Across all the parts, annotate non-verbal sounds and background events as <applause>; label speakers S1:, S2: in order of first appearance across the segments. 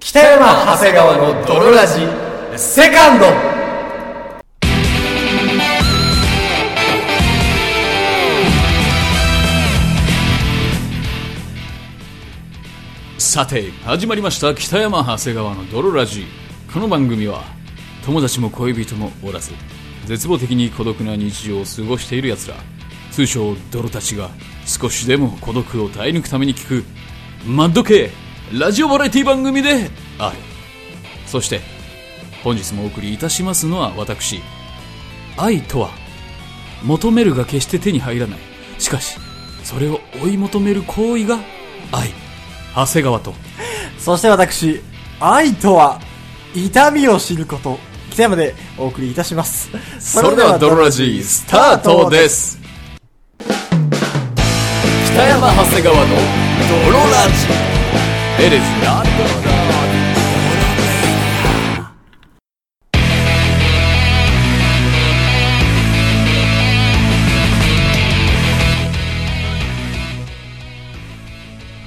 S1: 北山長谷川の泥ラジセカンド
S2: さて始まりました北山長谷川の泥ラジこの番組は友達も恋人もおらず絶望的に孤独な日常を過ごしている奴ら通称泥たちが少しでも孤独を耐え抜くために聞くマッド系ラジオバラエティ番組であるそして本日もお送りいたしますのは私愛とは求めるが決して手に入らないしかしそれを追い求める行為が愛長谷川と
S3: そして私、愛とは、痛みを知ること、北山でお送りいたします。
S2: それではドロラジースタートです北山長谷川のドロラジー It is not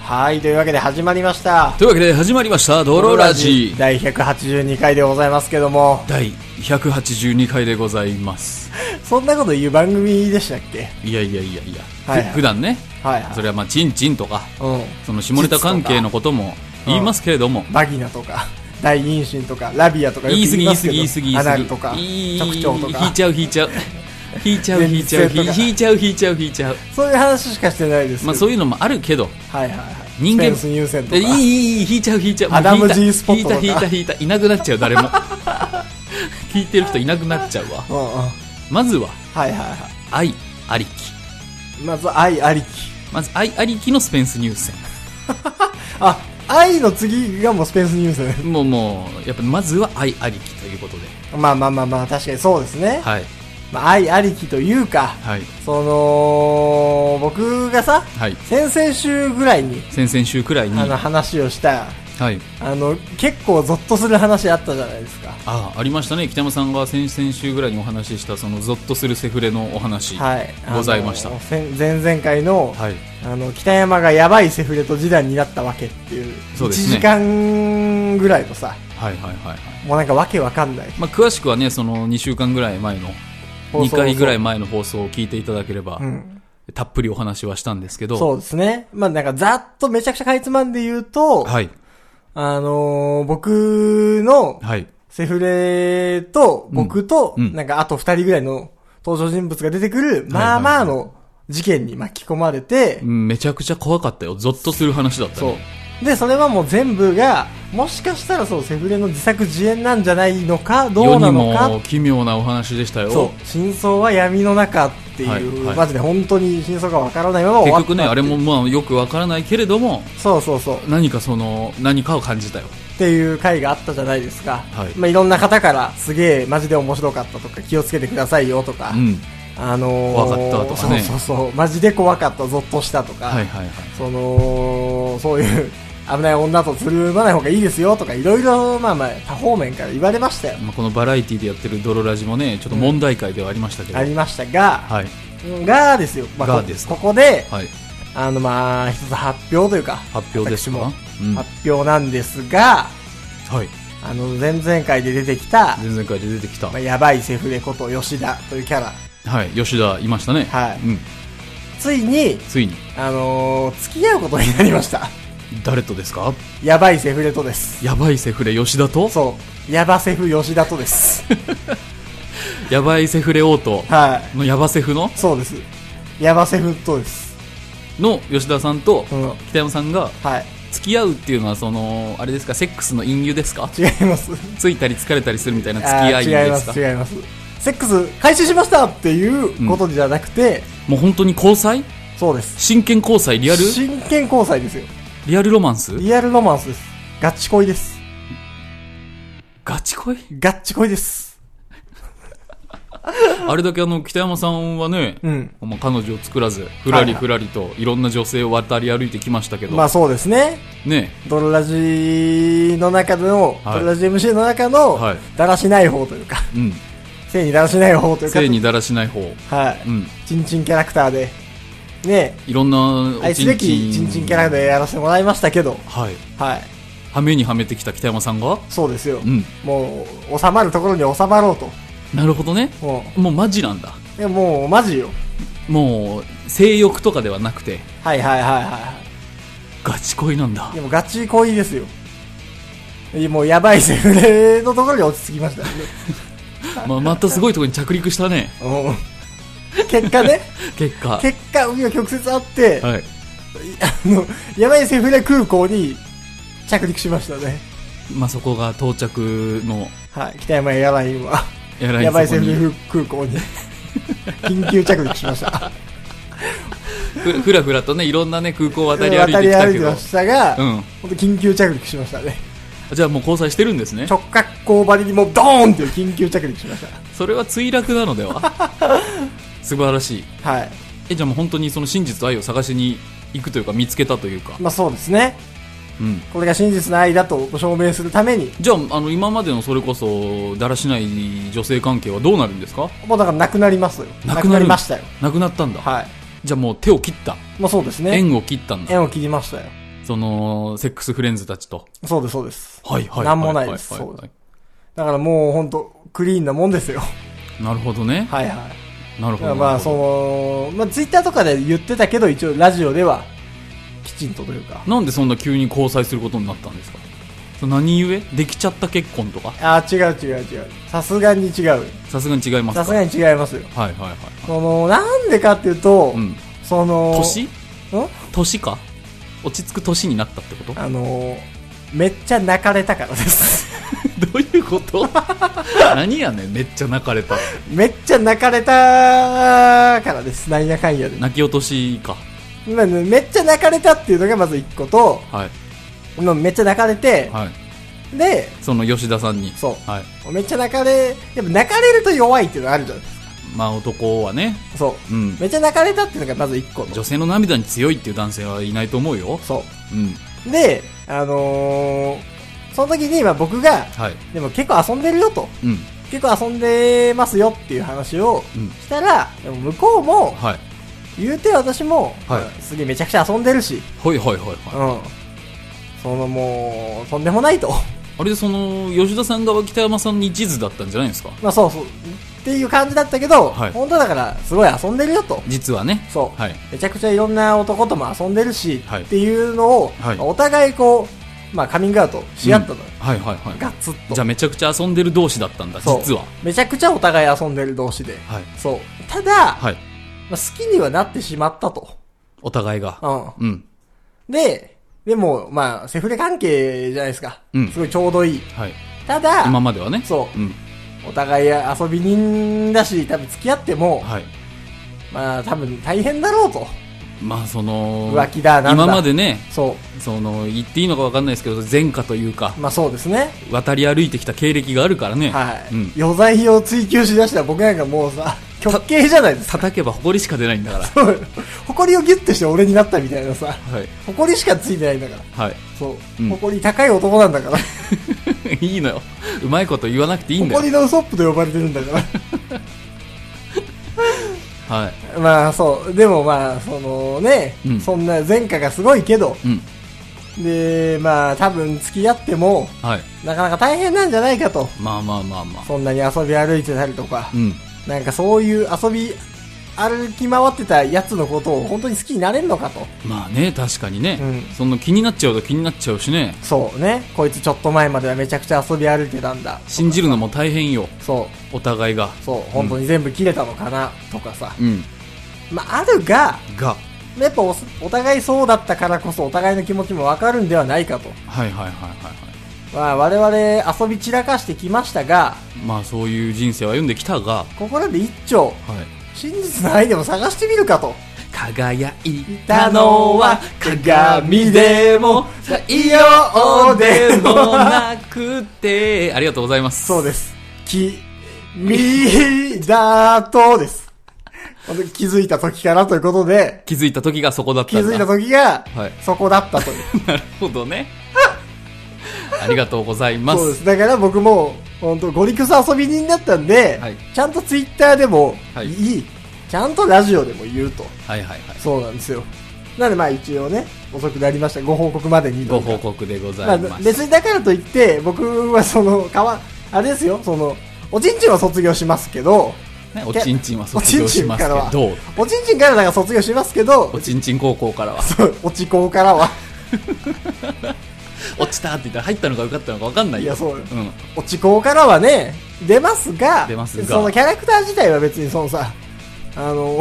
S3: はい、というわけで始まりました。
S2: というわけで始まりましたドロラジー
S3: 第182回でございますけども、
S2: 第182回でございます
S3: そんなこと言う番組でしたっけ
S2: いやいやいやいや、
S3: はいはい
S2: ふ普段ね
S3: はいは
S2: それはまあチンチンとか
S3: い。う
S2: その下ネタ関係のことも言いますけれども、
S3: ん。バギナとか、大妊娠とか、ラビアとかよく
S2: 言い過
S3: 言い
S2: ぎ言
S3: ま
S2: い
S3: す
S2: 過
S3: けど、
S2: ぎ言い過ぎ言い
S3: アナ
S2: 過ぎ
S3: ルとか、
S2: いい
S3: 直腸と
S2: 引い
S3: か、
S2: ちゃう引いちゃう引いちゃう引いちゃ
S3: 前立腺
S2: う
S3: とか
S2: 引いちゃう引いちゃう引いちゃう
S3: そういう話しかしてないですけど。
S2: まあそういうのもあるけど
S3: はいはいはい。
S2: 人間
S3: スペンス優先とか。
S2: いいいいいい引いちゃう引いちゃう
S3: アダム
S2: もう引いた
S3: G スポットとか
S2: 引いた引いた引いたいなくなっちゃう誰も聞いてる人いなくなっちゃうわ
S3: うんうん。はい
S2: まずは
S3: はいはい。
S2: 愛ありき
S3: まず愛ありき。
S2: まず愛ありきのスペンス入選
S3: あ、愛の次がもうスペースニュース <laughs> ね。
S2: もうもうやっぱまずは愛ありきということで
S3: まあまあまあまあ、確かにそうですね。
S2: はい
S3: まあ、愛ありきというか、
S2: はい
S3: その、僕がさ、
S2: はい
S3: 先々週ぐらいに、
S2: 先々週くらいに
S3: あの、
S2: は
S3: 話をした、
S2: い
S3: あの、結構ゾッとする話あったじゃないですか。
S2: あありましたね北山さんが先々週ぐらいにお話ししたそのゾッとするセフレのお話
S3: はい。あの
S2: ございました、
S3: せん前々回の、
S2: はい
S3: あの、北山がやばいセフレと示談になったわけっていう、
S2: そうですね
S3: 1時間ぐらいのさ、
S2: はいはいはいはい
S3: もうなんかわけわかんない。
S2: まあ、詳しくはね、その2週間ぐらい前の、
S3: 放送
S2: 2回ぐらい前の放送を聞いていただければ、
S3: ん
S2: たっぷりお話はしたんですけど、
S3: そうですね。まあなんかざっとめちゃくちゃかいつまんで言うと、
S2: はい、
S3: あのー僕の
S2: はい、
S3: セフレと僕と、
S2: うんうん
S3: なんかあと二人ぐらいの登場人物が出てくる、まあまあの事件に巻き込まれて
S2: う、んめちゃくちゃ怖かったよ。ゾッとする話だったね。
S3: そう。で、それはもう全部が、もしかしたらそう、セフレの自作自演なんじゃないのか、どう
S2: 世
S3: な
S2: に
S3: のか
S2: も。奇妙なお話でしたよ。
S3: そう。真相は闇の中っていう、
S2: はいはい
S3: マジで本当に真相がわからないまま終
S2: 結
S3: わった。
S2: 局ね、あれもまあよくわからないけれども、
S3: そうそうそう。
S2: 何かその、何かを感じたよ。
S3: っていう回があったじゃないですか。
S2: はい
S3: まあ、いろんな方から、すげえマジで面白かったとか、気をつけてくださいよとか、
S2: うん。
S3: あのー、
S2: 怖かったとかね
S3: そうそうそう、マジで怖かった、ゾッとしたとか、
S2: はいはいはい。
S3: その、そういう危ない女とつるまない方がいいですよとか、いろいろ、まあまあ、多方面から言われましたよ。
S2: まあ、このバラエティでやってる泥ラジもね、ちょっと問題解ではありましたけど、
S3: ありましたが、
S2: はい、
S3: がですよ。まあ、
S2: が
S3: こ
S2: ですか
S3: ここで、
S2: はい、
S3: あの、まあ、一つ発表というか、
S2: 発表で
S3: 私
S2: す
S3: も
S2: か、うん、は
S3: 発表なんですが、
S2: い、
S3: あの、前々回で出てきた、
S2: 前々回で出てきた、
S3: まあ、やばいセフレこと吉田というキャラ、
S2: はい、吉田いましたね、
S3: はい
S2: うん、
S3: ついに、
S2: ついに
S3: あのー、付き合うことになりました。
S2: 誰とですか
S3: やばいセフレとです。
S2: やばいセフレ吉田と
S3: そう。やばセフ吉田とです。
S2: やばいセフレ王と
S3: は
S2: のやばセフの
S3: い。そうです。やばセフとです。
S2: の吉田さんと
S3: うん。
S2: 北山さんが
S3: はい。
S2: 付き合うっていうのはそのあれですかセックスの隠喩ですか
S3: 違います。
S2: ついたり疲れたりするみたいな付き
S3: あ
S2: 合
S3: ー
S2: い
S3: 違い
S2: で
S3: ます
S2: か
S3: す、違います。セックス開始しましたっていうことじゃなくて、
S2: もう本当に交際
S3: そうです。
S2: 真剣交際リアル
S3: 真剣交際ですよ。
S2: リアルロマンス
S3: リアルロマンスです。ガチ恋です。
S2: ガチ恋
S3: ガッチ恋です。
S2: あれだけあの北山さんはね、
S3: うん。
S2: まあ、彼女を作らずふらりふらりといろんな女性を渡り歩いてきましたけど、
S3: まあそうですね。
S2: ね
S3: ドロラジの中の、
S2: は
S3: ド
S2: い
S3: ロラジ MC の中の、
S2: はい
S3: だらしない方というか、 <laughs>
S2: うん
S3: 性にだらしない方というか、
S2: 性にだらしない方う
S3: はい。
S2: ん
S3: チンチンキャラクターで、ね
S2: いろんな
S3: 愛すべきチンチンキャラでやらせてもらいましたけど、
S2: はい
S3: はい。
S2: はめにはめてきた北山さんが
S3: そうですよ、
S2: うん
S3: もう収まるところに収まろうと
S2: なるほどね
S3: も
S2: もうマジなんだ
S3: ういやもうマジよ
S2: もう性欲とかではなくて
S3: はいはいはいはいはい
S2: ガチ恋なんだ
S3: でもガチ恋ですよいやもうやばいセフレのところに落ち着き
S2: <laughs>
S3: ました、
S2: まあ、またすごいところに着陸したね
S3: うん結果ね
S2: 結果
S3: 結果海は曲折あって、
S2: はい
S3: あのやばいセフレ空港に着陸しましたね
S2: まあそこが到着の
S3: はい北山エアラインは
S2: やら
S3: やばい
S2: にそ
S3: セ
S2: こ
S3: フ
S2: に
S3: レ空港に緊急着陸しました
S2: ふふらふらとねいろんなね空港を <laughs> 渡り歩い
S3: 渡
S2: てき
S3: り歩
S2: た
S3: いて
S2: けど
S3: ましたが、
S2: う
S3: 本
S2: ん
S3: 当緊急着陸しましたね
S2: じゃあもう交際してるんですね
S3: 直角行張りにもうドーンっていう緊急着陸しまし
S2: それは墜落なのでは <laughs> 素晴らしい
S3: たはい
S2: えじゃあもう本当にその真実と愛を探しに行くというか見つけたというか、
S3: まあそうですね
S2: うん、
S3: これが真実の愛だとご証明するために
S2: じゃああの今までのそれこそだらしない女性関係はどうなるんですか
S3: もうだからなくなりますよ
S2: なくなる
S3: りましたよ
S2: なくなったんだ
S3: はい
S2: じゃあもう手を切った
S3: まあそうですね
S2: 縁を切ったんだ
S3: 縁を切りましたよ
S2: そのセックスフレンズたちと
S3: そうですそうです
S2: はいはいはい
S3: なんもないです
S2: はは
S3: そ
S2: は
S3: だからもう本当クリーンなもんですよ
S2: いなるほどね、
S3: はいはい
S2: なる
S3: だか
S2: ほ
S3: ら
S2: ど
S3: まあ
S2: なる
S3: そ
S2: ほど
S3: のまあツイッターとかで言ってたけど一応ラジオではきちんとというか
S2: なんでそんな急に交際することになったんですかその何故できちゃった結婚とか
S3: ああ違う違う違うさすがに違う
S2: さすがに違いますか
S3: さすがに違いますよ
S2: はいはいはい
S3: そのなんでかっていうと、
S2: うん
S3: その
S2: 年
S3: ん
S2: 年か落ち着く年になったって <laughs> ことど
S3: あのめっちゃ泣かれたからです <laughs>
S2: ういうこと <laughs> 何やねんめっちゃ泣かれたって
S3: めっちゃ泣かれたからですなんやかんやで、
S2: 泣き落としか
S3: まあねめっちゃ泣かれたっていうのがまず一個と、
S2: はい
S3: まあめっちゃ泣かれて、
S2: はい
S3: で
S2: その吉田さんに
S3: そう
S2: はい
S3: めっちゃ泣かれやっぱ泣かれると弱いっていうのあるじゃないですか
S2: まあ男はね
S3: そうう、
S2: ん
S3: めっちゃ泣かれたっていうのがまず一個
S2: 女
S3: と
S2: 性の涙に強いっていう男性はいないと思うよ
S3: そ
S2: うん
S3: うであのーその時にまあ僕が
S2: はい
S3: でも結構遊んでるよと
S2: うん
S3: 結構遊んでますよっていう話を
S2: うん
S3: したら、でも向こうも、
S2: はい
S3: 言うて私も、
S2: はい
S3: すげえめちゃくちゃ遊んでるし、
S2: はいはいはいはい
S3: うん。そのもう、とんでもないと。 <laughs>
S2: あれでその吉田さん側北山さんに地図だったんじゃないですか
S3: まあそうそう。っていう感じだったけど、
S2: はい
S3: 本当だから、すごい遊んでるよと。
S2: 実はね
S3: そう、
S2: はい
S3: めちゃくちゃいろんな男とも遊んでるし、
S2: はい
S3: っていうのを、
S2: はい
S3: お互いこう、まあカミングアウトし合ったのよ、
S2: うんはいはいはい
S3: ガッツッと。
S2: じゃあめちゃくちゃ遊んでる同士だったんだ
S3: そう
S2: 実は
S3: めちゃくちゃお互い遊んでる同士で。
S2: はい
S3: そう。ただ、
S2: はい
S3: まあ、好きにはなってしまったと。
S2: お互いが
S3: うん。
S2: うん
S3: で、でも、まあ、セフレ関係じゃないですか。
S2: うん
S3: すごいちょうどいい。
S2: はい
S3: ただ、
S2: 今まではね
S3: そう
S2: うん
S3: お互い遊び人だし、多分付き合っても、
S2: はい
S3: まあ多分大変だろうと。
S2: まあその
S3: 浮気だなんだ
S2: 今までね
S3: そ
S2: その言っていいのか分かんないですけど前科というか
S3: う。まあそうですね。
S2: 渡り歩いてきた経歴があるからね、
S3: はい。
S2: うん、
S3: 余罪費を追求しだしたら僕なんかもうさ、極刑じゃないですか。 <laughs>
S2: 叩けば誇りしか出ないんだから
S3: 誇りをギュッてして俺になったみたいなさ、
S2: はい
S3: 誇りしかついてないんだから。
S2: はい <laughs>
S3: そう。
S2: うん
S3: 誇り高い男なんだから。
S2: いいのようまいこと言わなくていいんだよ
S3: 誇りのウソップと呼ばれてるんだか
S2: はい
S3: ら。 <laughs> まあそう。でもまあ、そのね、
S2: うん
S3: そんな前科がすごいけど、
S2: うん
S3: で、まあ多分付き合っても、
S2: はい
S3: なかなか大変なんじゃないかと。
S2: まあまあまあまあ
S3: そんなに遊び歩いてたりとか
S2: う、ん
S3: なんかそういう遊び歩き回ってたやつのことを本当に好きになれるのかと。
S2: まあね確かにね、
S3: うん
S2: その気になっちゃうと気になっちゃうしね
S3: そうね。こいつちょっと前まではめちゃくちゃ遊び歩いてたんだ。
S2: 信じるのも大変よ
S3: そ
S2: お互いが
S3: う。そう。本当に全部切れたのかな、とかさ。
S2: うん
S3: まあ、あるが、
S2: が
S3: やっぱおお互いそうだったからこそお互いの気持ちもわかるんではないかと。
S2: はいはいはいはい
S3: まあ、我々遊び散らかしてきましたが、
S2: はいまあそういう人生は歩んできたが
S3: ここらで一丁、
S2: はい
S3: 真実の愛でも探してみるかと。
S2: 輝い
S3: たのは鏡でも
S2: 太
S3: 陽でも
S2: なくて <laughs> ありがとうございます
S3: そうです。き、み、だとです。本当に気づいた時からということで、
S2: 気づいた時がそこだった
S3: 気
S2: んだ
S3: づいた時が
S2: はい、 <laughs>
S3: そこだったという。
S2: なるほ
S3: <laughs>
S2: どねありがとうございま
S3: そうですす。だから僕も、本当ゴリクソ遊び人だったんで、
S2: はい
S3: ちゃんとツイッターでも、
S2: はい
S3: いい、ちゃんとラジオでも言うと。
S2: はいはいはい
S3: そうなんですよ。なんでまあ一応ね、遅くなりました。ご報告までにとい
S2: ご
S3: うか
S2: 報告でござ
S3: まあ
S2: います。
S3: 別にだからといって、僕はその、かわ、あれですよ、その、おちんちんは卒業しますけど、
S2: ねおちんちんは卒業しますけ
S3: おちんちん
S2: ど、
S3: おちんちんからなんか卒業しますけど
S2: お、ちんちん高校からは、
S3: そうおちこうからは、
S2: 落ちたって言ったら入ったのか受かったのか分かんないよ。
S3: いやそうよ
S2: ん。
S3: おちこうからはね、出ますが、
S2: 出ますが
S3: そのキャラクター自体は別にそのさ、あの、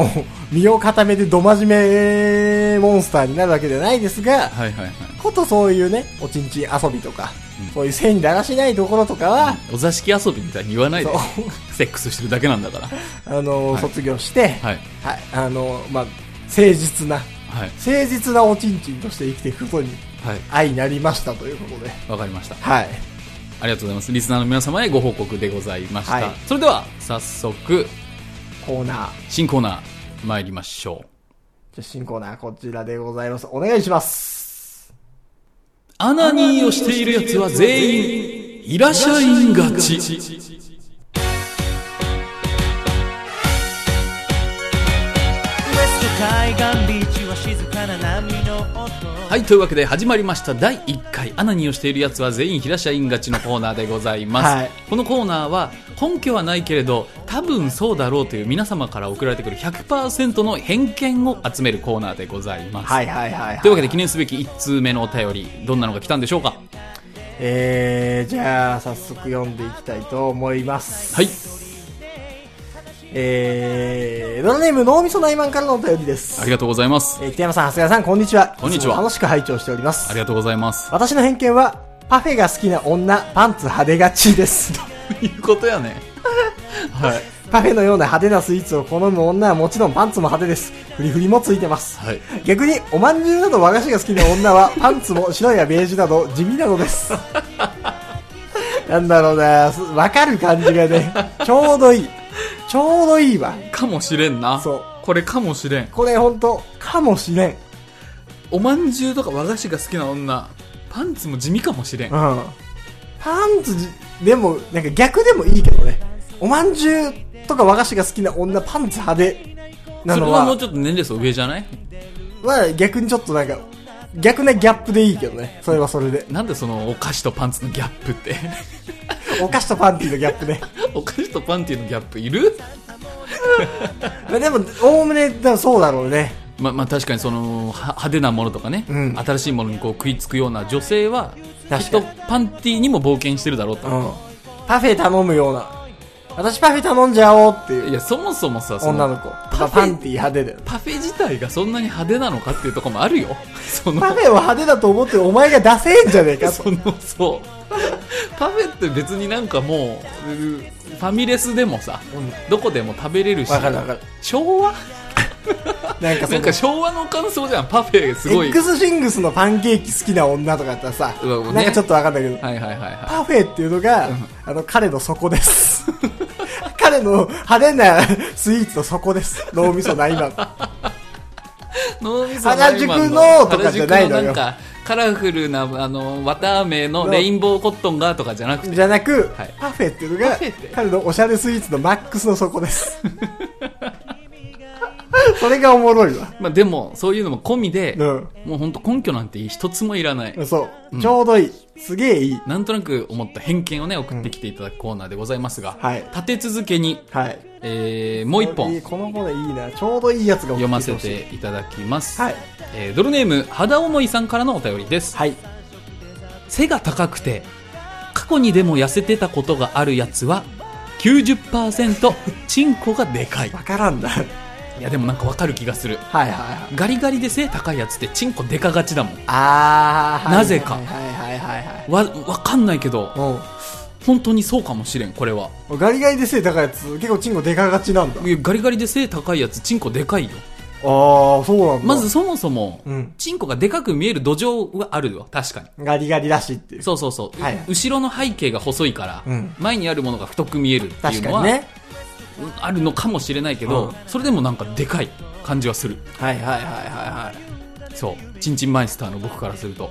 S3: 身を固めてど真面目モンスターになるわけじゃないですが、
S2: はいはいはい。
S3: ことそういうね、おちんちん遊びとか、そういう性にだらしないところとかは、
S2: お座敷遊びみたいに言わないで
S3: そ、
S2: セックスしてるだけなんだから。
S3: あの、
S2: はい
S3: 卒業して、はい、
S2: はい。
S3: あの、まあ、誠実な、
S2: はい。
S3: 誠実なおちんちんとして生きていくことに
S2: はい。
S3: 愛になりましたということで、
S2: わかりました。
S3: はい。
S2: ありがとうございます。リスナーの皆様へご報告でございました。
S3: はい
S2: それでは、早速、
S3: コーナー、
S2: 新コーナー、参りましょう。
S3: じゃあ新コーナーこちらでございます。お願いします。
S2: アナニーをしているやつは全員、いらっしゃいんがち。
S4: ウエスト海岸ビーチは静かな波の音
S2: はい、というわけで始まりました第1回、アナニーをしているやつは全員、平社員勝ちのコーナーでございます。
S3: はい
S2: このコーナーは、根拠はないけれど、多分そうだろうという皆様から送られてくる100%の偏見を集めるコーナーでございます。
S3: はいはいはい、はい。
S2: というわけで記念すべき1通目のお便り、どんなのが来たんでしょうか
S3: えー、じゃあ早速読んでいきたいと思います。
S2: はい。
S3: えー、ドラネーム脳みそ内マンからのお便りです。
S2: ありがとうございます。
S3: えー北山さん、長谷川さん、こんにちは。
S2: こんにちはい
S3: つも楽しく拝聴しております
S2: あり。がとうございます。
S3: 私の偏見は、パフェが好きな女、パンツ派手がちです。 <laughs>
S2: いうことや <laughs> ね。はい。
S3: パフェのような派手なスイーツを好む女はもちろんパンツも派手です。フリフリもついてます。
S2: はい。
S3: 逆に、おまんじゅうなど和菓子が好きな女
S2: <laughs>
S3: は、パンツも白やベージュなど地味なのです。 <laughs> なんだろうなすわかる感じが
S2: <laughs>
S3: ね、ちょうどいい。ちょうどいいわ。
S2: かもしれんな。
S3: そう
S2: これかもしれん。
S3: これほんと、かもしれん。
S2: おまんじゅうとか和菓子が好きな女、パンツも地味かもしれん。
S3: うん。パンツじ、でも、なんか逆でもいいけどね。おまんじゅうとか和菓子が好きな女、パンツ派手な
S2: それ
S3: の
S2: は
S3: は、
S2: もうちょっと年齢層上じゃない
S3: は逆にちょっとなんか、逆なギャップでいいけどね。それはそれで。
S2: なんでそのお菓子とパンツのギャップって <laughs>
S3: お菓子とパンティーのギャップね。 <laughs>
S2: お菓子とパンティのギャップいる
S3: まあでも、おおむね、でもそうだろうね。
S2: ままあ確かにそのは派手なものとかね、
S3: うん
S2: 新しいものにこう食いつくような女性はきっ
S3: 確か
S2: と
S3: に
S2: パンティにも冒険してるだろう
S3: う
S2: と、
S3: ん。パフェ頼むような。私パフェ頼んじゃおうって
S2: い
S3: いう
S2: やそもそもさそ
S3: 女の子。
S2: フェ
S3: パンティー派手だよ。
S2: パフェ自体がそんなに派手なのかっていうところもあるよ <laughs> その
S3: パフェを派手だと思ってるお前が出せんじゃねえかと。
S2: <laughs> そのそうパフェって別になんかもううファミレスでもさ、
S3: うん
S2: どこでも食べれるし
S3: わかるわかる。
S2: 昭和
S3: なんかそ
S2: な
S3: の
S2: んか昭和の感想じゃんパフェすごい
S3: X シングスのパンケーキ好きな女とかやったらさ、
S2: うわもうね
S3: なんかちょっとわかんないけど、
S2: はいはいはいはい
S3: パフェっていうのが、あの、彼の底です。 <laughs> 彼の派手なスイーツの底です。脳みそない今。
S2: 脳みそ
S3: 原宿のとかじゃないのよ
S2: 原宿なんかカラフルなあの綿飴のレインボーコットンがとかじゃなくて
S3: じゃなく、
S2: はい
S3: パフェっていうのが
S2: フェって、
S3: 彼のおしゃれスイーツのマックスの底
S2: <laughs>
S3: です。それがおもろいわ。
S2: まあでもそういうのも込みで、
S3: うん
S2: もう本当根拠なんて一つもいらない、
S3: そう、ちょうどいい。すげえいい。
S2: なんとなく思った偏見をね送ってきていただくコーナーでございますが、
S3: はい
S2: 立て続けに、
S3: はい。
S2: えーもう一
S3: いい
S2: 本
S3: この子でいいな。ちょうどいいやつが送ってき
S2: 読ませ
S3: ほしい。
S2: ていただきます、
S3: はい。
S2: えードルネーム肌思いさんからのお便りです、
S3: はい。
S2: 背が高くて過去にでも痩せてたことがあるやつは90%チンコがでかい
S3: わからんだ。はい
S2: いやでもなんかわかる気がする
S3: はいはい。
S2: ガリガリで背高いやつってチンコでかがちだもん
S3: あー、
S2: なぜか
S3: はいはいはいはいはい
S2: わわかんないけど
S3: は。
S2: 本当にそうかもしれんこれはい
S3: うん。ガリガリで背高いやつ、結構チンコでかがちなんだ。あ
S2: いやガリガリで背高いやつチンコでかいよ
S3: ー、そうなんだ。
S2: まず、そもそも、
S3: うん
S2: チンコがでかく見える土壌はあるよ確かに
S3: ガリガリらしいっていう。
S2: そうそうそう、
S3: はいはい
S2: 後ろの背景が細いから、
S3: うん
S2: 前にあるものが太く見えるっていう
S3: 確
S2: の
S3: か
S2: は、
S3: にね。
S2: うんあるのかもしれないけど、
S3: うん
S2: それでもなんかでかい感じはする
S3: はいはいはいはいはい。
S2: そうチンチンマイスターの僕からすると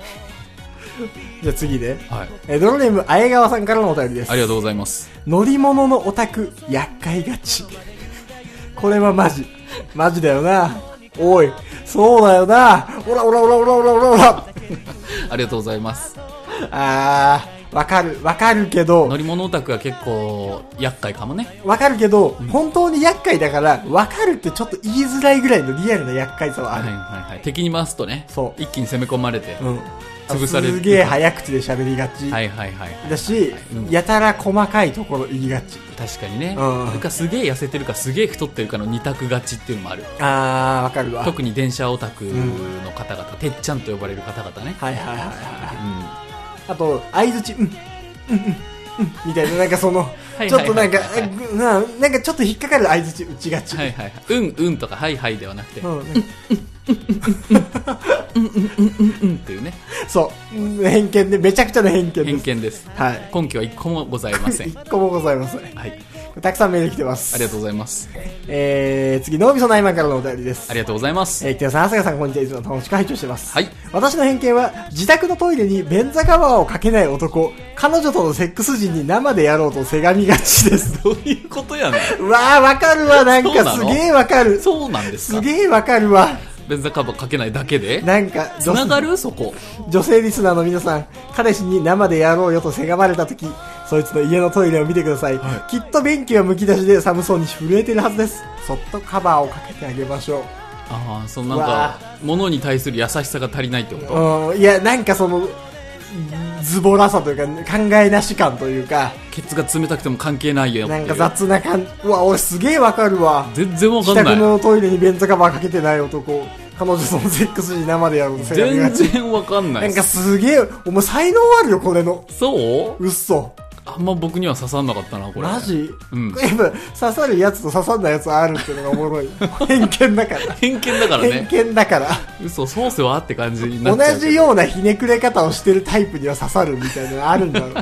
S3: じゃあ次ね。
S2: はい
S3: えー、ドロネーム、あえがわさんからのお便りです。
S2: ありがとうございます
S3: 乗り物のオタク、厄介がち。これはマジ。マジだよな。おい、そうだよな。オラオラオラオラオラオラオラ。
S2: ありがとうございます
S3: あー、わかる、わかるけど
S2: 乗、り物オタクは結構厄介かもね
S3: わかるけど、本当に厄介だから、わかるってちょっと言いづらいぐらいのリアルな厄介さは
S2: は
S3: あ
S2: い
S3: る。
S2: はいはい敵に回すとね
S3: そう
S2: 一気に攻め込まれて、
S3: うん。
S2: 潰される
S3: すげえ早口で喋りがち。
S2: はいはいはいはい
S3: だし、
S2: うん
S3: やたら細かいところ言いがち。
S2: 確かにね、
S3: うん
S2: それかすげえ痩せてるかすげえ太ってるかの二択勝ちっていうのもある
S3: あー、わかるわ。はい
S2: 特に電車オタクの方々、てっちゃんと呼ばれる方々ね、
S3: はいはいはい。
S2: うん、
S3: あと、相づち、うん、うん、うん、うん、みたいな、なんかその
S2: は、い
S3: ちょっとなんか、
S2: はいはい
S3: ぐななんかちょっと引っかかる相づち打ちがち。
S2: はいはいはいうんうんとかはいはいではなくて、う、
S3: うんん、なんか
S2: っていうね
S3: そう。うん偏見で、めちゃくちゃの偏見です。
S2: 偏見です
S3: はい。
S2: 根拠は一個もございません
S3: 一個もございません。
S2: はい
S3: たくさんメール来てます。
S2: ありがとう
S3: う。
S2: ございます
S3: えー、次、脳みその合間からのお便りです。
S2: ありがとうございます
S3: えー、キ田さん、朝香さん、こんにちは。いつも楽しく拝聴してます。
S2: はい。
S3: 私の偏見は、自宅のトイレに便座カバーをかけない男、彼女とのセックス時に生でやろうとせがみがち
S2: <laughs>
S3: です。
S2: どういうことやねん
S3: うわー、わかるわ、なん
S2: そうな
S3: かす
S2: の
S3: げーわかる。
S2: そうなんです
S3: す
S2: か
S3: げーわかるわ。
S2: 便座カバーかけないだけで
S3: なんか、
S2: つながるそこ
S3: 女性リスナーの皆さん、彼氏に生でやろうよとせがまれたとき、そいつの家のトイレを見てください。きっと便器はむき出しで寒そうに震えてるはずです。そっとカバーをかけてあげましょ
S2: ああそのなん
S3: うわ
S2: か物に対する優しさが足りないってこと
S3: う。うん、いや、なんかその、ズボラさというか、考えなし感というか、
S2: ケツが冷たくても関係ないよって
S3: ないん
S2: う
S3: か雑な感じ。うわ、俺すげえわかるわ。
S2: 全然わか
S3: 自
S2: んな
S3: 宅
S2: い
S3: のトイレに便座カバーかけてない男、彼女とのセックスに生でやろうとせがみが
S2: 全
S3: ち。
S2: 然わかんな
S3: ないん
S2: っす
S3: かすげえ、お前才能あるよ、これの。
S2: そう
S3: うっそ。
S2: あんま僕には刺さんなかったなこれ
S3: マジ
S2: うん
S3: やっぱ刺さるやつと刺さんないやつあるっていうのがおも
S2: <laughs>
S3: ろい。偏見だから。
S2: 偏見だから
S3: 偏
S2: ね
S3: 見だから。
S2: 嘘ソースはって感じに
S3: 同
S2: なっちゃうけど
S3: じようなひねくれ方をしてるタイプには刺さるみたいなのあるんだろう。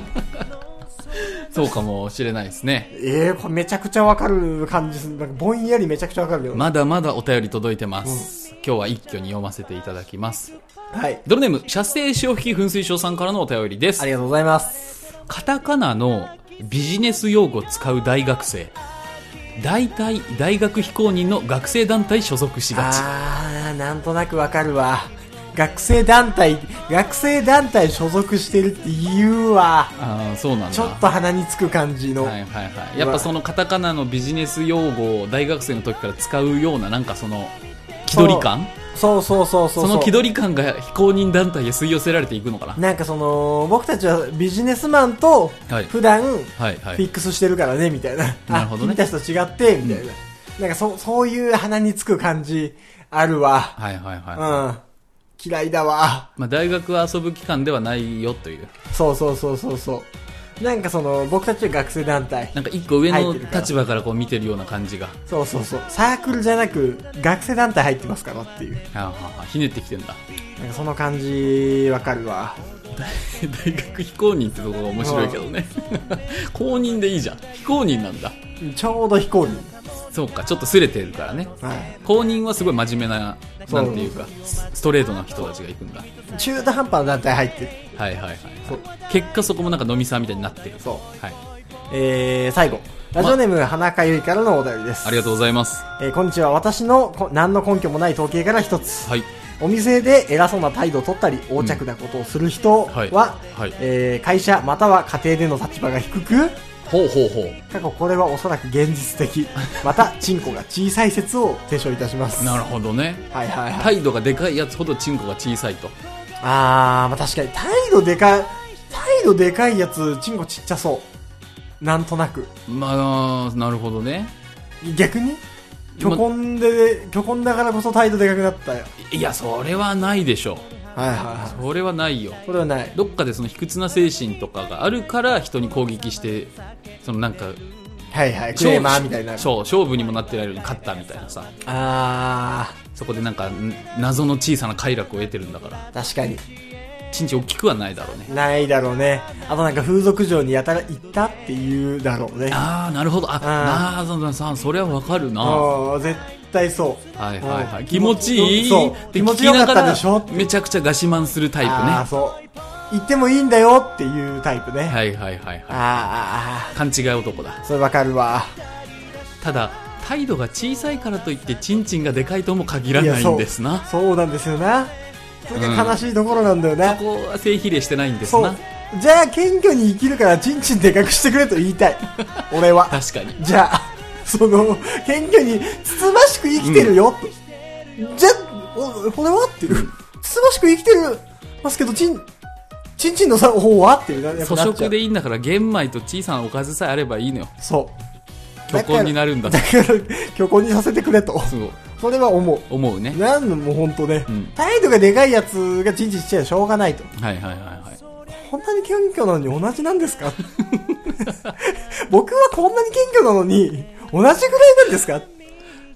S2: そうかもしれないですね
S3: ええこれめちゃくちゃわかる感じする。なんかぼんやりめちゃくちゃわかるよ。
S2: まだまだお便り届いてます、今日は一挙に読ませていただきます
S3: はい。
S2: ドルネーム射精潮吹き噴水症さんからのお便りです
S3: ありがとうございます。
S2: カタカナのビジネス用語を使う大学生大体大学非公認の学生団体所属しがち
S3: あー、なんとなくわかるわ。学生団体、学生団体所属してるって言うわ。
S2: ああそうなんだ
S3: ちょっと鼻につく感じの。
S2: はいはいはいやっぱそのカタカナのビジネス用語を大学生の時から使うようななんかその気取り感
S3: そうそうそうそう。
S2: そうの気取り感が非公認団体へ吸い寄せられていくのかな
S3: なんかその、僕たちはビジネスマンと
S2: はい、
S3: 普段、
S2: はいは
S3: フィ
S2: い
S3: ックスしてるからね、みたいな。
S2: なるほどね
S3: あ君たちと違って、みたいな。なんかそ、そういう鼻につく感じ、あるわ。
S2: はいはいは
S3: う
S2: い
S3: ん。嫌いだわ。
S2: まあ、大学は遊ぶ期間ではないよという
S3: そうそうそうそうそう。なんかその、僕たちは学生団体。
S2: なんか一個上の
S3: 入ってるから
S2: 立場からこう見てるような感じが
S3: そうそうそう。サークルじゃなく、学生団体入ってますからっていう。
S2: ああひねってきてんだ <laughs>
S3: なんかその感じ、わかるわ。
S2: 大学非公認ってとこが面白いけどね <laughs> 公認でいいじゃん非公認なんだ
S3: ちょうど非公認。
S2: そうかちょっとすれてるからね
S3: はい。
S2: 公認はすごい真面目な
S3: そ
S2: な
S3: うん
S2: ていうかスストレートな人たちが行くんだ
S3: 中途半端な団体入ってる。
S2: はいはいはい、はい
S3: そう
S2: 結果そこもなんか飲みさんみたいになってる
S3: そう。
S2: はい、
S3: えー、最後。ラジオネーム、花かゆいからのお便りです。
S2: ありがとうございます
S3: えーこんにちは。私のこ何の根拠もない統計から一つ。
S2: はい
S3: お店で偉そうな態度を取ったり、横着なことをする人は、
S2: はいはい
S3: えー会社または家庭での立場が低く、
S2: ほうほうほう
S3: 過去これはおそらく現実的。また、チンコが小さい説を提唱いたします。
S2: なるほどね
S3: はいはいはい。
S2: 態度がでかいやつほどチンコが小さいと
S3: あー、まあ確かに、態度でかい、態度でかいやつ、チンコちっちゃそう。なんとなく。
S2: まあなるほどね
S3: 逆に
S2: ま
S3: 巨根で、巨根だからこそ態度でかくなったよ。
S2: いやそれはないでしょ
S3: はいはいは
S2: それはないよ
S3: い。これはない。
S2: どっかでその卑屈な精神とかがあるから人に攻撃してそのなんか
S3: はいはい。クレーマーみたいな。
S2: そう勝負にもなってないのに勝ったみたいなさ
S3: あ
S2: そこでなんかん謎の小さな快楽を得てるんだから
S3: ー、確かに。
S2: チンチン大きくはないだろうね
S3: ないだろうね。あとなんか風俗嬢にやたら行ったっていうだろうね。
S2: ああなるほどあ
S3: あ
S2: なあそうそうそうそれはわかるなは
S3: うん、絶対そう。
S2: いはいは
S3: う
S2: い
S3: ん
S2: 気持ちいい
S3: そう
S2: っ。て
S3: 気持
S2: 聞
S3: ち
S2: き
S3: よか
S2: な
S3: っ
S2: が
S3: た
S2: ら
S3: でしょ
S2: めちゃくちゃガシマンするタイプね
S3: あー、
S2: は
S3: そう。行ってもいいんだよっていうタイプね。
S2: いはいはいはい
S3: あーあーあ
S2: 勘違い男だ
S3: ー、それわかるわ。
S2: ただ態度が小さいからといってチンチンがでかいとも限らないんですな
S3: そうなんですよな。それが悲しいところなんだよ
S2: そ
S3: な。
S2: こは性比例してないんです
S3: そ
S2: な
S3: う。じゃあ、謙虚に生きるから、ちんちんでかくしてくれと言いたい。俺
S2: <laughs>
S3: は。
S2: 確かに
S3: じゃあ、その、謙虚に、つつましく生きてるよ。じゃあ、おこれはっていう。つつましく生きてる、ますけど、ちん、ちんちんのさ方はっていうな。やっぱ
S2: 粗
S3: なっちゃ
S2: 食
S3: う
S2: でいいんだから玄米と小さなおかずさえあればいいのよ
S3: そう。
S2: 虚婚になるんだ
S3: だから、虚婚にさせてくれと。
S2: そう
S3: それは思う。
S2: 思うね
S3: なんのもうほんとね、
S2: うん
S3: 態度がでかいやつがチンチンしちゃしょうがないと。
S2: はいはいはいはい
S3: こんなに謙虚なのに同じなんですか <laughs> 僕はこんなに謙虚なのに同じぐらいなんですか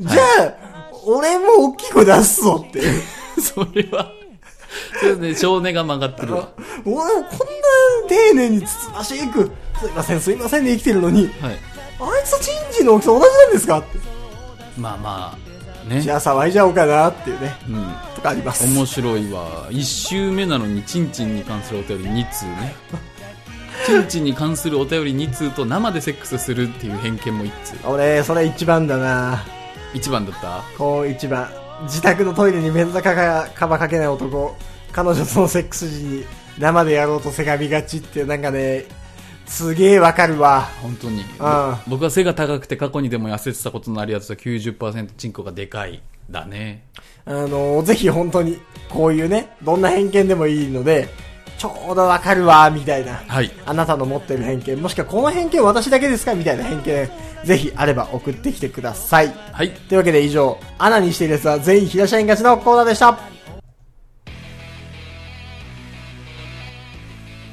S3: じゃあ、俺も大きい声出すぞって。
S2: <laughs> それは、ちょっとね、少年が曲がってるわ。
S3: 俺もこんな丁寧につつましく、すいませんすいませんで生きてるのに、
S2: はい。
S3: あいつとチンチンの大きさ同じなんですかって。
S2: まあまあ、ね
S3: じ。ゃあ騒いじゃおうかなっていうね、
S2: うん。
S3: とかあります。
S2: 面白いわ。一周目なのに、チンチンに関するお便り2
S3: <laughs>
S2: 通ね。チンチンに関するお便り2通と生でセックスするっていう偏見も1通。
S3: 俺、それ一番だな
S2: 1番だった
S3: こう一番。自宅のトイレにメンズカがカバかけない男。彼女とのセックス時に生でやろうとせがみがちっていうなんかね、すげえわかるわ。
S2: 本当に
S3: ああ。
S2: 僕は背が高くて過去にでも痩せてたことのあるやつと90%チンコがでかい。だね。
S3: あのぜひ本当に、こういうね、どんな偏見でもいいので、ちょうどわかるわ、みたいな。
S2: はい。
S3: あなたの持ってる偏見、もしくはこの偏見私だけですかみたいな偏見、ぜひあれば送ってきてください。
S2: はい。
S3: というわけで以上、アナにしているやつは全員平社員勝ちのコーナーでした。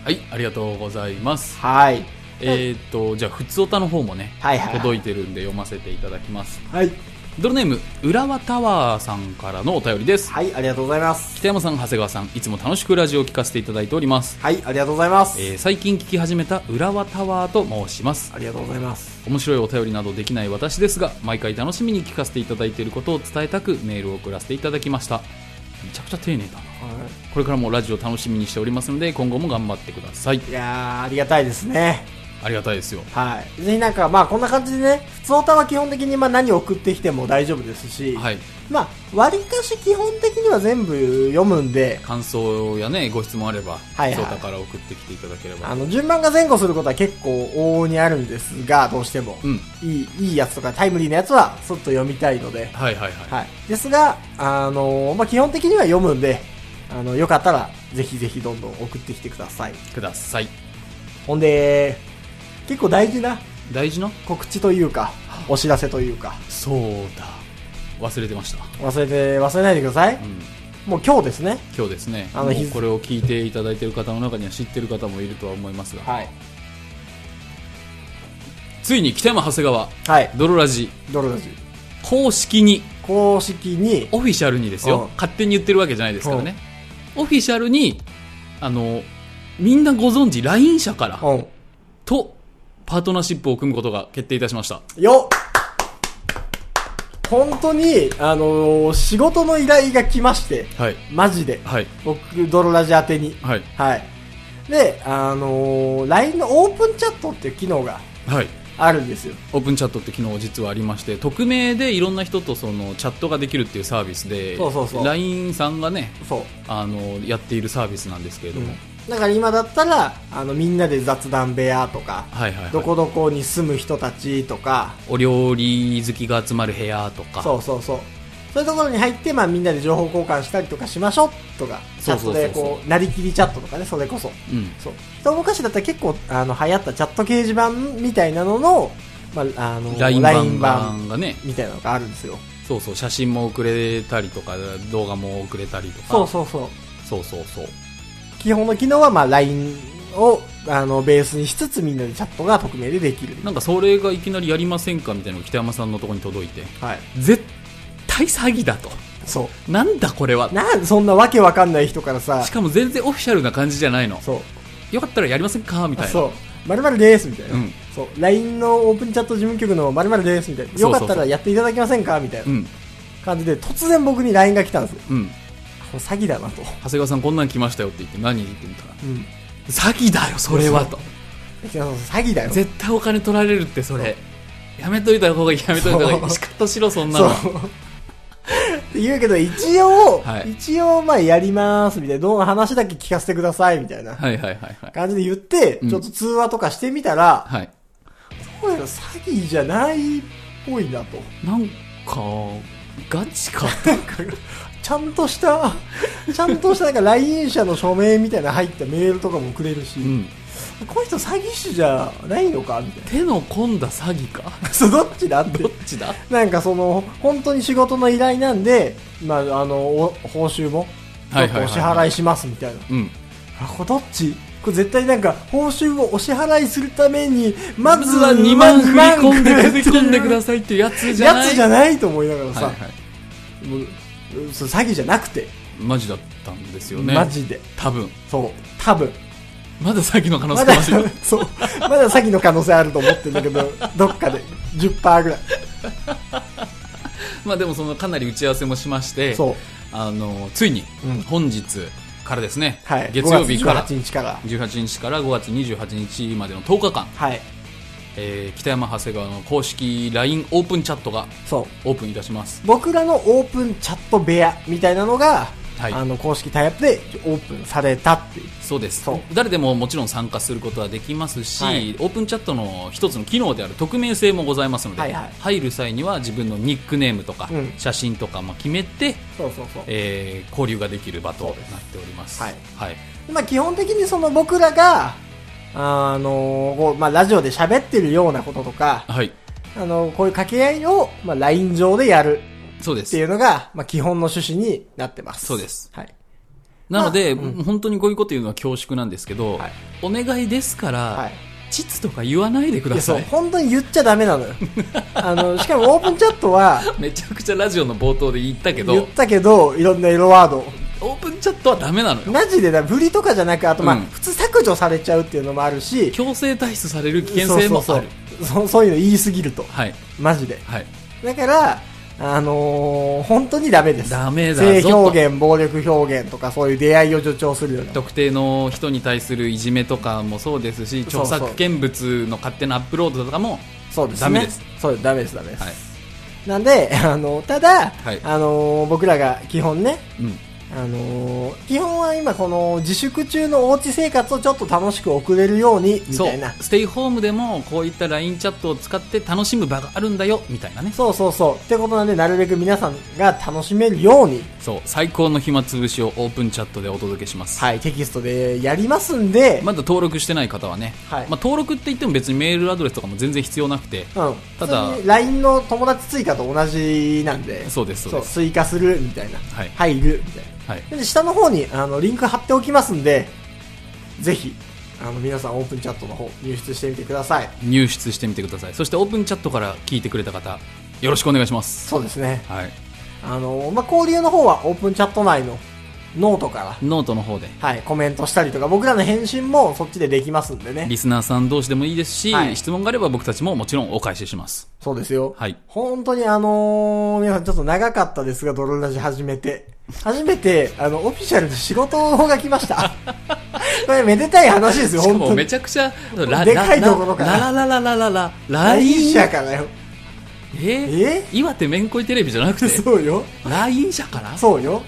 S2: はい。ありがとうございます。
S3: はい。
S2: えーっと、じゃあ、普通おたの方もね、
S3: はいはいはい
S2: 届いてるんで読ませていただきます。
S3: はい。
S2: ドルネーム浦和タワーさんからのお便りです
S3: はい、ありがとうございます。
S2: 北山さん長谷川さんいつも楽しくラジオを聞かせていただいております、
S3: はい、ありがとうございます。
S2: えー最近聞き始めた浦和タワーと申します
S3: ありがとうございます。
S2: 面白いお便りなどできない私ですが毎回楽しみに聞かせていただいていることを伝えたくメールを送らせていただきましためちゃくちゃ丁寧だなこれからもラジオ楽しみにしておりますので今後も頑張ってください
S3: いやー、ありがたいですね。
S2: ありがたいですよ
S3: はい。ぜひなんか、まあこんな感じでね、普通歌は基本的にまあ何送ってきても大丈夫ですし、
S2: はい
S3: まあ、割かし基本的には全部読むんで、
S2: 感想やねご質問あれば
S3: はいはい
S2: そうたから送ってきていただければ
S3: あの、順番が前後することは結構往々にあるんですが、どうしても。
S2: うん
S3: いい、いいやつとかタイムリーなやつは、そっと読みたいので、
S2: はいはいはい
S3: はい。ですが、あのーまあ基本的には読むんで、あの、よかったら、ぜひぜひどんどん送ってきてください。
S2: ください
S3: ほんで、結構大事な
S2: 大事な
S3: 告知というか、お知らせというか、
S2: そうだ忘れてました、
S3: 忘れて、忘れないでください。
S2: うん、
S3: もう今日ですね。
S2: 今日ですね
S3: あの
S2: もう
S3: 日付
S2: これを聞いていただいている方の中には知ってる方もいるとは思いますが、
S3: はい。
S2: ついに北山長谷川
S3: はい。
S2: ドロラジ
S3: ドロラジ。
S2: 公式に
S3: 公式に、
S2: オフィシャルにですよ、
S3: うん
S2: 勝手に言ってるわけじゃないですからね、オフィシャルにあのみんなご存知 LINE 社から
S3: うん。
S2: とパートナーシップを組むことが決定いたしました
S3: よっ本当に、あのー仕事の依頼が来まして、
S2: はい
S3: マジで。
S2: はい
S3: 僕、ドロラジ宛てに。
S2: はい
S3: はい。で、あのー LINE のオープンチャットっていう機能が
S2: はい
S3: あるんですよ。
S2: オープンチャットって昨日実はありまして匿名でいろんな人とそのチャットができるっていうサービスで
S3: そうそうそう
S2: LINE さんがね
S3: そう。
S2: あのやっているサービスなんですけれども、
S3: だから今だったら、あの、みんなで雑談部屋とか、
S2: はいはい、はい、
S3: どこどこに住む人たちとか、
S2: お料理好きが集まる部屋とか
S3: そうそうそう。そういうところに入って、まあみんなで情報交換したりとかしましょうとか、チ
S2: そ
S3: ャ
S2: う
S3: ッ
S2: そ
S3: ト
S2: うそうそう
S3: でこう、なりきりチャットとかね、それこそ。
S2: うん、
S3: そう。一昔だったら結構、あの、流行ったチャット掲示板みたいなのの、まあ、あの、
S2: ライン
S3: LINE
S2: 版版がね
S3: みたいなのがあるんですよ。
S2: そうそう写真も送れたりとか動画も送れたりとか
S3: そうそうそう。
S2: そうそうそう
S3: 基本の機能は、まあ、LINE を、あの、ベースにしつつみんなでチャットが匿名でできる。
S2: なんかそれがいきなりやりませんかみたいなのが北山さんのところに届いて
S3: はい。
S2: 絶対詐欺だと
S3: そ
S2: なんだこれは
S3: う。なんでそんなわけわかんない人からさ
S2: し、かも全然オフィシャルな感じじゃないの
S3: そう。
S2: よかったらやりませんかみたいな
S3: そう。まるまるですみたいな。
S2: うん
S3: そう。LINE のオープンチャット事務局のまるまるですみたいな。
S2: そうそう
S3: よ
S2: そう
S3: かったらやっていただけませんかみたいうなん感じで、突然僕に LINE が来たんですよ。
S2: うん
S3: これ詐欺だなと。
S2: 長谷川さんこんなん来ましたよって言って何言ってみたら
S3: うん。
S2: 詐欺だよそれはと
S3: そうそう詐欺だよ。
S2: 絶対お金取られるってそれやめといた方がいいやめといた方
S3: そ
S2: が
S3: う
S2: いいシカッとしろそんな
S3: そ
S2: の
S3: う。って言うけど、一応、
S2: はい
S3: 一応、まあ、やります、みたいな、どう話だけ聞かせてください、みたいな
S2: はいはいはいはい
S3: 感じで言って、
S2: うん
S3: ちょっと通話とかしてみたら、
S2: はい
S3: どうやら詐欺じゃないっぽいなと。
S2: なんかガチかと
S3: <laughs> ちゃんとした、ちゃんとしたなんか来園者の署名みたいな入ったメールとかもくれるし、
S2: うん
S3: この人詐欺師じゃないのかみたい
S2: 手の込んだ詐欺か
S3: な。そう、 <laughs> どっちだって
S2: <laughs> どっ。ちだ
S3: なんかその、本当に仕事の依頼なんで、まあ、あの、お報酬も、ちょ
S2: はい
S3: っ
S2: はいはい
S3: とお支払いしますみたいな。
S2: うん
S3: あ、これどっちこれ絶対なんか、報酬をお支払いするために、ま
S2: ま
S3: ず
S2: ず
S3: は
S2: は
S3: 2
S2: 2
S3: 万
S2: 万振り込んで振り込んでくだ
S3: さ
S2: さいっていうやつじゃな
S3: や
S2: い
S3: つじゃないと思いながらさ、
S2: はいはい
S3: もうそう詐欺じゃなくて、
S2: マジだったんですよね
S3: マジで。
S2: 多分
S3: そう、多分。
S2: まだ詐欺の可能
S3: ま
S2: 性
S3: だ
S2: もあるよ、
S3: <laughs> そう、まだ詐欺の可能性あると思ってるんだけど、どっかで、10%ぐらい。
S2: <laughs> まあでもそのかなり打ち合わせもしまして
S3: そう。
S2: あのついに
S3: うん
S2: 本日からですね、
S3: はい。
S2: 月曜日か
S3: 5
S2: ら
S3: 月28日から。
S2: 18日から5月28日までの10日間、
S3: はい。
S2: えー北山長谷川の公式 LINE オープンチャットが
S3: そう。
S2: オープンいたします
S3: 僕らのオープンチャット部屋みたいなのが、
S2: はい
S3: あの公式タイアップでオープンされたっていう
S2: そうです
S3: そう
S2: 誰でももちろん参加することはできますし、
S3: はい
S2: オープンチャットの一つの機能である匿名性もございますので、
S3: はいはい
S2: 入る際には自分のニックネームとか
S3: うん
S2: 写真とかも決めて、
S3: そうそうそう
S2: えー交流ができる場となっております
S3: はい
S2: はい、
S3: まあ、基本的にその僕らがあのこうまあ、ラジオで喋ってるようなこととか、
S2: はい
S3: あのこういう掛け合いを、まあ、LINE 上でやる
S2: そうで
S3: っ
S2: す
S3: ていうのが、まあ、基本の趣旨になってます。
S2: そうです。
S3: はい。
S2: なので、
S3: まあうん
S2: 本当にこういうこと言うのは恐縮なんですけど、
S3: はい
S2: お願いですから、
S3: はい。
S2: 膣とか言わないでく
S3: い
S2: だ
S3: や、そ
S2: さ
S3: う、
S2: い。
S3: 本当に言っちゃダメ
S2: <laughs>
S3: なのよ。あの、しかもオープンチャットは、
S2: めちゃくちゃラジオの冒頭で言ったけ
S3: 言っ
S2: ど、
S3: たけど、いろんな色ワードを。
S2: オープンチャットはダメなのよ。
S3: マジでだ、ブリとかじゃなく、あとまあ、
S2: うん
S3: 普通削除されちゃうっていうのもあるし、
S2: 強制退出される危険性もある。
S3: そうそうそうそうそういうの言いすぎると。
S2: はい。
S3: マジで。
S2: はい。
S3: だから、あのー本当にダメです。
S2: ダメだぞ
S3: 性
S2: と
S3: 表現、暴力表現とか、そういう出会いを助長するような。
S2: 特定の人に対するいじめとかもそうですし、
S3: そう
S2: 著
S3: そう
S2: 作権物の勝手なアップロードとかも、
S3: そうですね。
S2: ダメです。
S3: そう、ダメです、ダメです。
S2: はい
S3: なんで、あの、ただ、
S2: はい
S3: あのー僕らが基本ね、
S2: うん。
S3: あのー基本は今この自粛中のおうち生活をちょっと楽しく送れるように、み
S2: そ
S3: た
S2: う
S3: いな。。
S2: ステイホームでも、こういった LINE チャットを使って楽しむ場があるんだよ、みたいなね。
S3: そうそうそう。ってことなんで、なるべく皆さんが楽しめるように、
S2: そう。最高の暇つぶしをオープンチャットでお届けします。
S3: はい、テキストでやりますんで、
S2: まだ登録してない方はね、
S3: はい
S2: まあ、登録って言っても別にメールアドレスとかも全然必要なくて、
S3: うん。
S2: ただ
S3: 普通に LINE の友達追加と同じなんで、
S2: そうですそうです
S3: 追加するみたいな。
S2: はい
S3: 入るみたい
S2: はい、
S3: な。で、下の方に、あの、リンク貼っておきますんで、ぜひ、あの、皆さんオープンチャットの方、入室してみてください。
S2: 入室してみてくださいそしてオープンチャットから聞いてくれた方よろしくお願いします、
S3: そうですね。
S2: はい、
S3: あの、まあ、交流の方はオープンチャット内のノートから、
S2: ノートの方で
S3: はい、コメントしたりとか、僕らの返信もそっちでできますんでね。
S2: リスナーさん同士でもいいですし、
S3: はい
S2: 質問があれば僕たちももちろんお返しします
S3: そうですよ。
S2: はい
S3: 本当にあのー皆さんちょっと長かったですが、ドロラジ始めて。初めて、あの、オフィシャルの仕事が来ました。 <laughs> これめでたい話ですよ、
S2: しか
S3: 本
S2: も
S3: 当
S2: め
S3: に。
S2: ちゃくちゃ
S3: でかいところから
S2: ララララララララ
S3: 来
S2: LINE
S3: 院者からよ。
S2: え
S3: え
S2: ー、岩手めんこいテレビじゃなくて
S3: そうよ。
S2: LINE 社から
S3: そうよ。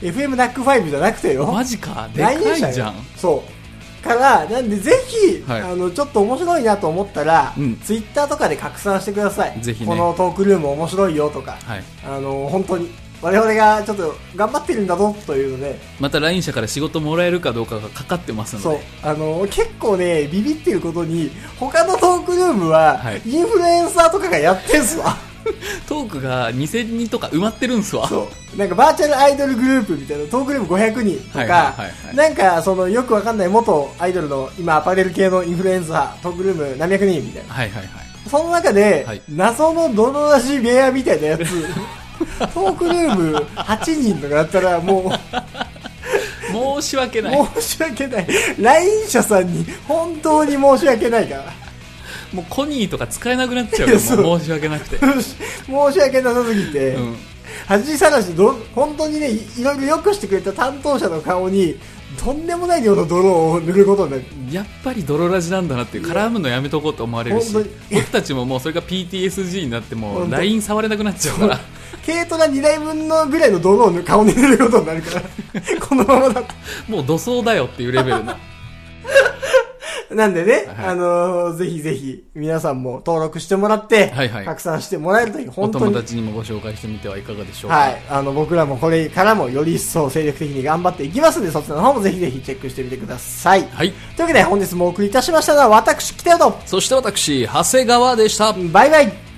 S3: FM ダック5じゃなくてよ
S2: マ。ジかでか
S3: 来院者
S2: い
S3: よ
S2: じゃん。
S3: そう。から、なんでぜひ、
S2: はい
S3: あの、ちょっと面白いなと思ったら、
S2: うん
S3: ツイッターとかで拡散してください。
S2: ぜひね
S3: このトークルーム面白いよとか。
S2: はい
S3: あの、本当に。我々がちょっと頑張ってるんだぞというので、
S2: また LINE 社から仕事もらえるかどうかがかかってますので
S3: そう。あの、結構ね、ビビってることに、他のトークルームは、
S2: はい
S3: インフルエンサーとかがやってんすわ。
S2: トークが2000人とか埋まってるんすわ。
S3: そう。なんかバーチャルアイドルグループみたいな、トークルーム500人と
S2: はい
S3: か
S2: はいはいは、い
S3: なんかそのよくわかんない元アイドルの今アパレル系のインフルエンサー、トークルーム何百人みたいな。
S2: はいはいはい。
S3: その中で、
S2: はい
S3: 謎の泥出し部屋みたいなや
S2: <laughs>
S3: つ、トークルーム8人とかだったらもう、
S2: 申し訳 <laughs> ない。も
S3: 申し訳ない。来院者さんに本当に申し訳ないから。 <laughs>
S2: うコニーとか使えなくなっちゃう
S3: い
S2: よ。
S3: やそう
S2: もう申し訳な
S3: <laughs>
S2: くて。
S3: 申し訳なさすぎて、
S2: うん
S3: 恥さらしど、本当にね、いいろいろ良くしてくれた担当者の顔に、とんでもない量の泥を塗ることになる。
S2: やっぱり泥ラジなんだなっていう絡むのやめとこうと思われるし
S3: 本当に
S2: 僕たちももうそれが PTSD になっても
S3: 本
S2: う
S3: 当
S2: LINE 触れなくなっちゃうから
S3: 軽トラ2台分のぐらいの泥を塗顔に塗ることになるから。 <laughs> このままだと。
S2: もう土葬だよっていうレベルの
S3: なんでね、
S2: はい
S3: あのーぜひぜひ、皆さんも登録してもらって、
S2: はいはい
S3: 拡散してもらえるといい。<laughs>
S2: お
S3: 本当
S2: 友
S3: に。
S2: 達にもご紹介してみてはいかがでしょうか、
S3: はい。あの、僕らもこれからもより一層精力的に頑張っていきますんで、そちらの方もぜひぜひチェックしてみてください。
S2: はい
S3: というわけで、本日もお送りいたしましたのは、私、北野と、
S2: そして私長谷川でした
S3: バイバイ